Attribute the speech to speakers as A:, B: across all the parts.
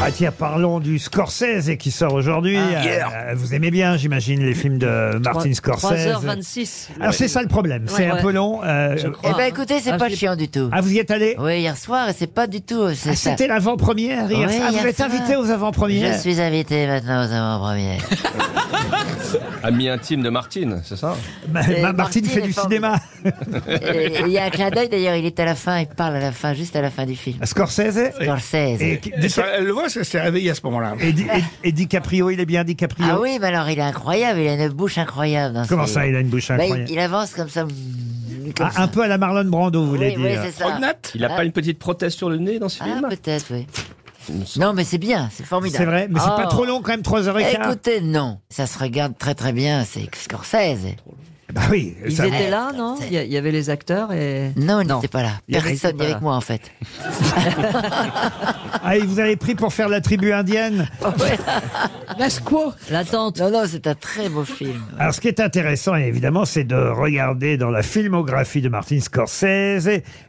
A: Ah tiens, parlons du Scorsese qui sort aujourd'hui.
B: Ah.
A: Euh,
B: Hier.
A: euh, vous aimez bien, j'imagine, les films de Martin Scorsese.
B: 3h26.
A: Alors c'est ça le problème, c'est
B: Ouais,
A: un
B: ouais.
A: peu long. euh,
B: crois.
C: Eh ben écoutez, c'est
B: Ah,
C: pas
B: j'ai-
C: chiant du tout.
A: Ah, vous y êtes allé
C: Oui, hier soir, et c'est pas du tout. c'est
A: Ah,
C: ça.
A: C'était l'avant-première hier.
C: Oui,
A: Ah, vous
C: hier
A: êtes
C: soir.
A: invité aux
C: Je
A: avant-premières
C: suis invité maintenant aux avant-premières.
D: Ami intime de Martine, c'est ça
A: Ma-
C: C'est-
A: ma- Martine
C: Martine
A: fait
C: est
A: du cinéma.
C: formidable. Et Il y a un clin d'œil d'ailleurs, il est à la fin, il parle à la fin, juste à la fin du film.
A: Scorsese
C: Scorsese.
A: et, Di-
E: Ça, Elle le voit, parce qu'elle s'est réveillée à ce moment-là.
A: et Di- et- et DiCaprio, il est bien DiCaprio.
C: Ah oui, mais alors il est incroyable, il a une bouche incroyable. Dans
A: Comment
C: ses-
A: ça, il a une bouche
C: Bah, il-
A: incroyable
C: il, avance comme ça.
A: Ah, Un peu à la Marlon Brando, vous voulez
C: Oui, oui,
A: dire.
C: c'est ça.
D: Il n'a pas une petite prothèse sur le nez dans ce
C: Ah,
D: film
C: peut-être, oui.
D: Il me semble.
C: Non, mais c'est bien, c'est formidable.
A: C'est vrai, mais c'est pas
C: Oh.
A: trop long quand même, 3h15.
C: Écoutez, non, ça se regarde très très bien, c'est Scorsese.
A: Bah oui,
B: Ils
A: ça-
B: étaient là, non Il y a- il y avait les acteurs et.
C: Non, il n'était pas là.
B: Il y avait-
C: Personne n'est
B: voilà.
C: avec moi en fait.
A: Ah, et vous avez pris pour faire la tribu indienne
B: La squaw L'attente
C: Non, non, c'est un très beau film.
A: Alors, ce qui est intéressant, évidemment, c'est de regarder dans la filmographie de Martin Scorsese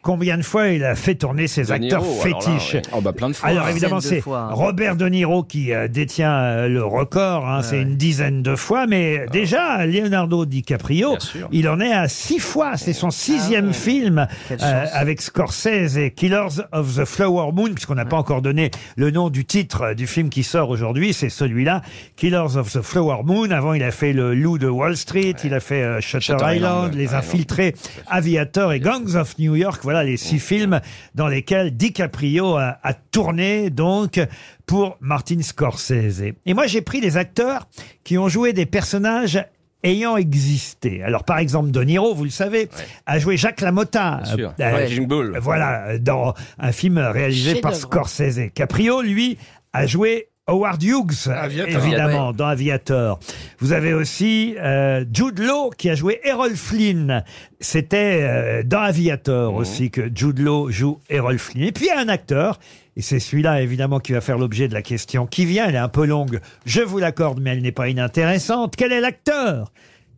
A: combien de fois il a fait tourner ses
D: De
A: acteurs
D: Niro, alors là,
A: fétiches.
D: ouais.
E: Ah.
F: Oh bah plein de fois.
A: Alors
B: Une
A: évidemment,
B: dizaine
A: c'est
B: de fois, hein.
A: Robert De Niro qui euh, détient euh, le record, hein, c'est une dizaine de fois, mais déjà, Leonardo DiCaprio,
D: Ah. Bien sûr.
A: il en est à six fois, c'est son
D: Ah
A: sixième film euh, avec Scorsese et Killers of the Flower Moon, puisqu'on n'a pas encore donné le nom du titre euh, du film qui sort aujourd'hui, c'est celui-là, Killers of the Flower Moon, avant il a fait Le Loup de Wall Street, il a fait euh, Shutter,
D: Shutter
A: Island,
D: Island,
A: Les
D: ouais,
A: Infiltrés, Aviator et Gangs of New York. Voilà les six films dans lesquels DiCaprio a, a tourné donc pour Martin Scorsese. Et moi j'ai pris des acteurs qui ont joué des personnages ayant existé. Alors par exemple De Niro, vous le savez, a joué Jacques Lamotta.
D: Bien sûr.
A: Euh,
D: Raging Bull.
A: Voilà, dans un film réalisé par Scorsese. Caprio, lui, a joué Howard Hughes,
E: Aviator.
A: évidemment, dans Aviator. Vous avez aussi euh, Jude Law qui a joué Errol Flynn. C'était euh, dans Aviator aussi que Jude Law joue Errol Flynn. Et puis il y a un acteur, et c'est celui-là évidemment qui va faire l'objet de la question qui vient, elle est un peu longue, je vous l'accorde, mais elle n'est pas inintéressante. Quel est l'acteur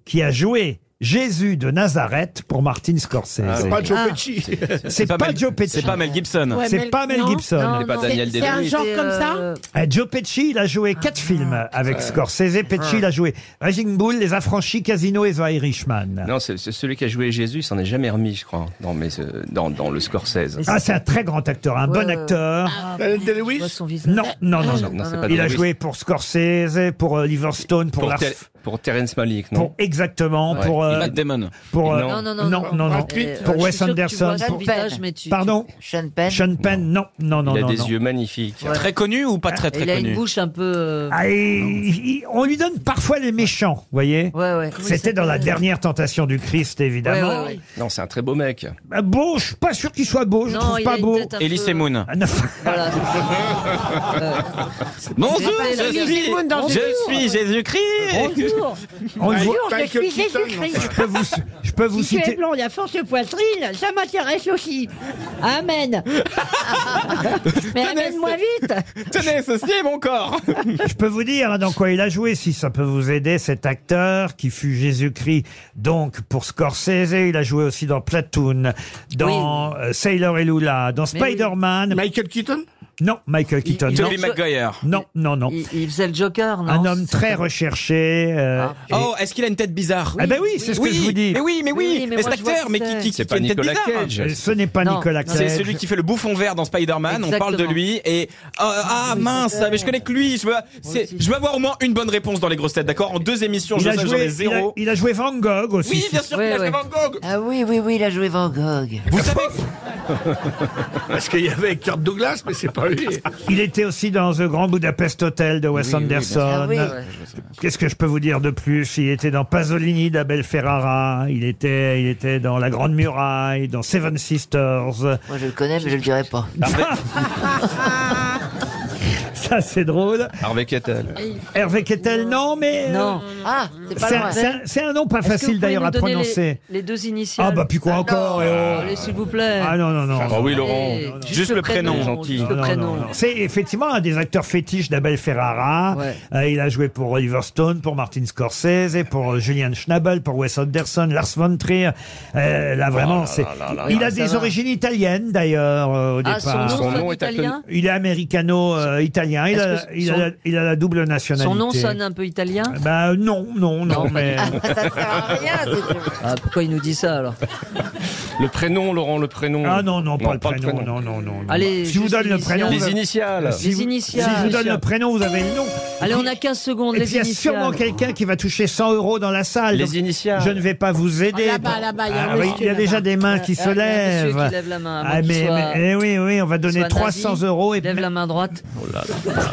A: qui a joué Jésus de Nazareth pour Martin Scorsese
D: Ah,
E: C'est
D: oui.
E: pas Joe
G: Ah.
E: Pesci.
A: C'est pas, Joe Pesci.
F: C'est pas Mel Gibson.
G: Ouais,
A: Ah. C'est pas Mel
G: non,
A: Gibson.
G: non,
D: C'est pas
G: non.
D: Daniel
G: C'est- C'est un
D: Day-Lewis.
G: genre comme ça
A: Euh, Joe Pesci, il a joué quatre
B: Ah,
A: films avec Scorsese. Pesci, il a joué Raging Bull, Les Affranchis, Casino et The Irishman.
D: Non, c'est c'est celui qui a joué Jésus, il s'en est jamais remis, je crois, dans, mais, euh, dans, dans le Scorsese.
A: Ah, c'est un très grand acteur, un bon
B: ouais, Ah,
A: acteur.
E: Daniel
B: Je vois
E: Day-Lewis.
B: son visage.
A: Non, non, non, non.
D: Non, c'est pas
A: Il a
D: Day-Lewis.
A: joué pour Scorsese, pour Oliver Stone, pour,
D: pour,
A: Lars-
D: Ter- pour Terrence Malick, non
A: pour- exactement,
D: Ouais.
A: pour, euh,
F: Matt Damon.
A: pour, euh,
D: Non,
B: non, non,
A: non, non, non.
E: Brad Pitt.
A: Pour
B: euh, je suis
A: Wes
B: sûr que tu
A: Anderson,
B: vois son
C: pour-
B: visage, mais tu-
A: Pardon,
C: Sean Penn.
A: Sean Penn, non, non, non,
D: Il a
A: non.
D: des
A: non.
D: yeux magnifiques.
B: Ouais.
F: Très connu ou pas très très
B: Ah, Il a une
F: connu
B: bouche un peu. euh,
A: Ah, et- il- on lui donne parfois les méchants, vous voyez.
B: Ouais, ouais.
A: C'était dans la
B: dernière.
A: dernière tentation du Christ, évidemment.
B: Ouais, ouais, ouais.
D: Non, c'est un très beau mec.
A: Bah, beau, je suis pas sûr qu'il soit beau, je
B: Non,
A: trouve
B: il
A: pas
B: a une
A: beau.
B: tête un peu-
F: Elise et Moon.
A: Ah, non.
B: Voilà,
F: Bonjour,
B: pas
F: je
B: Elise
F: suis,
G: Moon dans
F: je suis Jésus-Christ.
A: On le voit-
G: Bonjour, je
E: Michael
G: suis
E: Keaton.
G: Jésus-Christ.
A: je peux vous, je peux vous
G: Si tu es
A: citer.
G: blond, il a force de poitrine, ça m'intéresse aussi. Amen. Mais amène-moi vite.
F: Tenez, ceci est mon corps.
A: Je peux vous dire dans quoi il a joué, si ça peut vous aider, cet acteur qui fut Jésus-Christ, donc pour Scorsese, il a joué aussi dans Platoon, dans euh, Sailor et Lula, dans
B: Mais oui.
A: Spider-Man,
E: Michael Keaton
A: non, Michael Keaton, non,
F: Toby McGuire.
A: non, non, non.
B: il, il faisait le Joker, non
A: un homme très recherché. euh,
B: Ah,
A: et-
F: Oh, est-ce qu'il a une tête bizarre
A: Ah ben oui, c'est ce que je vous dis.
F: Mais oui, mais
B: Oui,
F: oui,
B: oui, mais
F: mais
B: moi,
F: cet
B: je vois
F: acteur,
B: qui
F: mais
B: c'est.
F: qui, qui,
D: C'est
F: qui
D: pas
F: a une tête
D: Nicolas
F: bizarre. hein.
D: Cage.
A: Ce n'est pas
B: Non,
A: Nicolas
B: non,
A: Cage.
F: C'est celui qui fait le bouffon vert dans Spider-Man, on parle de
B: Exactement.
F: lui et ah, ah, mince, mais je connais que lui, je veux, c'est-
B: aussi.
F: je veux avoir au moins une bonne réponse dans les grosses têtes, d'accord En deux émissions,
A: Il
F: je
A: a,
F: sais, j'en
A: joué,
F: ai
A: il, a,
F: zéro.
A: il a joué Van Gogh aussi.
F: Oui,
A: si-
F: bien sûr
B: Ouais,
F: qu'il
B: ouais.
F: a joué Van Gogh.
C: Ah oui, oui, oui, il a joué Van Gogh.
A: Oh,
F: Vous savez,
E: Parce qu'il y avait Kurt Douglas, mais Ah, c'est pas lui.
A: Il était aussi dans The Grand Budapest Hotel de Wes Anderson.
C: Ah oui.
A: Qu'est-ce que je peux vous dire de plus Il était dans Pasolini d'Abel Ferrara, il était, il était dans La Grande Muraille, dans Seven Sisters.
C: Moi je le connais, mais je le dirai pas.
A: Ça, c'est drôle.
D: Harvey Keitel.
A: Hervé Kettel, non, mais... euh,
B: Non.
C: Ah, c'est pas
A: C'est
C: loin.
A: un, c'est un- c'est un nom pas
B: Est-ce que vous
A: facile
B: pouvez
A: d'ailleurs
B: nous
A: à
B: donner les-
A: prononcer.
B: Les, deux initiales.
A: Ah bah puis quoi
B: Ah
A: encore,
B: non,
A: et oh.
B: Allez, s'il vous plaît.
A: Ah non, non, non.
D: Ah oui, Laurent.
A: Eh,
B: Allez,
F: Juste le prénom, gentil.
A: Ah Non,
B: Juste le
A: non,
B: prénom.
A: non, non. C'est effectivement un des acteurs fétiches d'Abel Ferrara.
B: Ouais.
A: Euh, il a joué pour Oliver Stone, pour Martin Scorsese, pour euh, Julian Schnabel, pour Wes Anderson, Lars von Trier. Euh,
B: Oh
A: là vraiment,
D: là
A: c'est.
D: là là là.
A: Il a
B: Ah, ça
A: des
B: va.
A: origines italiennes d'ailleurs euh, au
B: Ah,
A: départ.
B: son
D: Son
B: nom,
D: nom
B: c'est
D: est
B: italien
A: Il est euh, italien. Il, a,
B: Est-ce que
A: il a
B: son-
A: la- il a la double nationalité.
B: Son nom sonne un peu italien
A: Bah non, non, non,
B: Non,
A: mais...
C: Ça ne sert à rien. c'est-
B: Ah, pourquoi il nous dit ça alors
D: Le prénom, Laurent, le prénom.
A: Ah non, non, pas le prénom, non, non, non. non.
B: Allez,
A: si je vous
B: juste
A: donne le prénom...
B: initiales.
A: vous-
D: Les initiales.
A: si
B: Les
A: vous-
B: initiales.
A: Si je vous donne le prénom, vous avez le nom.
B: Allez, on a 15 secondes,
A: Et puis
B: les
A: il y a
B: initiales. Ah,
A: sûrement quelqu'un qui va toucher 100 euros dans la salle.
D: Les
A: Donc,
D: initiales.
A: Je ne vais pas vous aider.
G: Ah, là-bas, là-bas, il y a un
A: Ah oui,
G: monsieur
A: il y a déjà
G: là-bas.
A: des mains qui se
B: Ah, il y a un monsieur
A: lèvent.
B: qui lève la main, à moins
A: Ah,
B: qu'il
A: mais,
B: soit-
A: mais- eh oui, oui, on va donner
B: soit
A: 300
B: nazi.
A: euros. Et
B: Lève la main droite.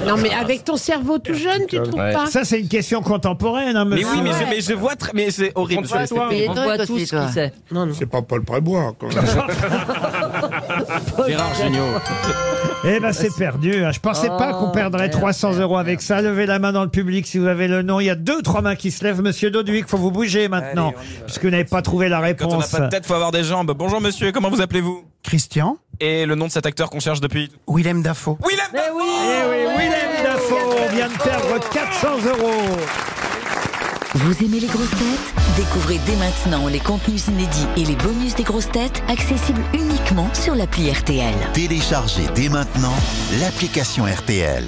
G: Non, mais avec ton cerveau tout jeune, tu trouves
D: Ouais.
G: pas
A: Ça, c'est une question contemporaine, hein,
F: Mais
A: monsieur.
F: oui, mais je,
G: Ouais.
F: mais je vois, très- mais c'est horrible.
D: Contre
F: sur
D: toi.
C: Il est
B: On
C: drôle
B: voit
C: aussi,
B: tous ce
C: toi.
B: qui c'est.
E: C'est pas Paul Prébois. Quand même.
F: Gérard Gignot.
A: Eh ben, c'est perdu. hein. Je pensais pas
B: Oh,
A: qu'on perdrait
B: merde,
A: 300
B: merde,
A: euros avec ça. Levez la main dans le public si vous avez le nom. Il y a deux, trois mains qui se lèvent. Monsieur Doduic, faut vous bouger maintenant. puisque vous n'avez pas trouvé la
F: Quand on n'a
A: réponse.
F: pas de tête, faut avoir des jambes. Bonjour monsieur, comment vous appelez-vous
H: Christian,
F: Et le nom de cet acteur qu'on cherche depuis
H: Willem Dafoe.
F: Willem
B: Mais oui
A: Eh oui, Willem Dafoe vient de perdre 400 euros.
I: Vous aimez les grosses têtes Découvrez dès maintenant les contenus inédits et les bonus des grosses têtes accessibles uniquement sur l'appli RTL.
J: Téléchargez dès maintenant l'application RTL.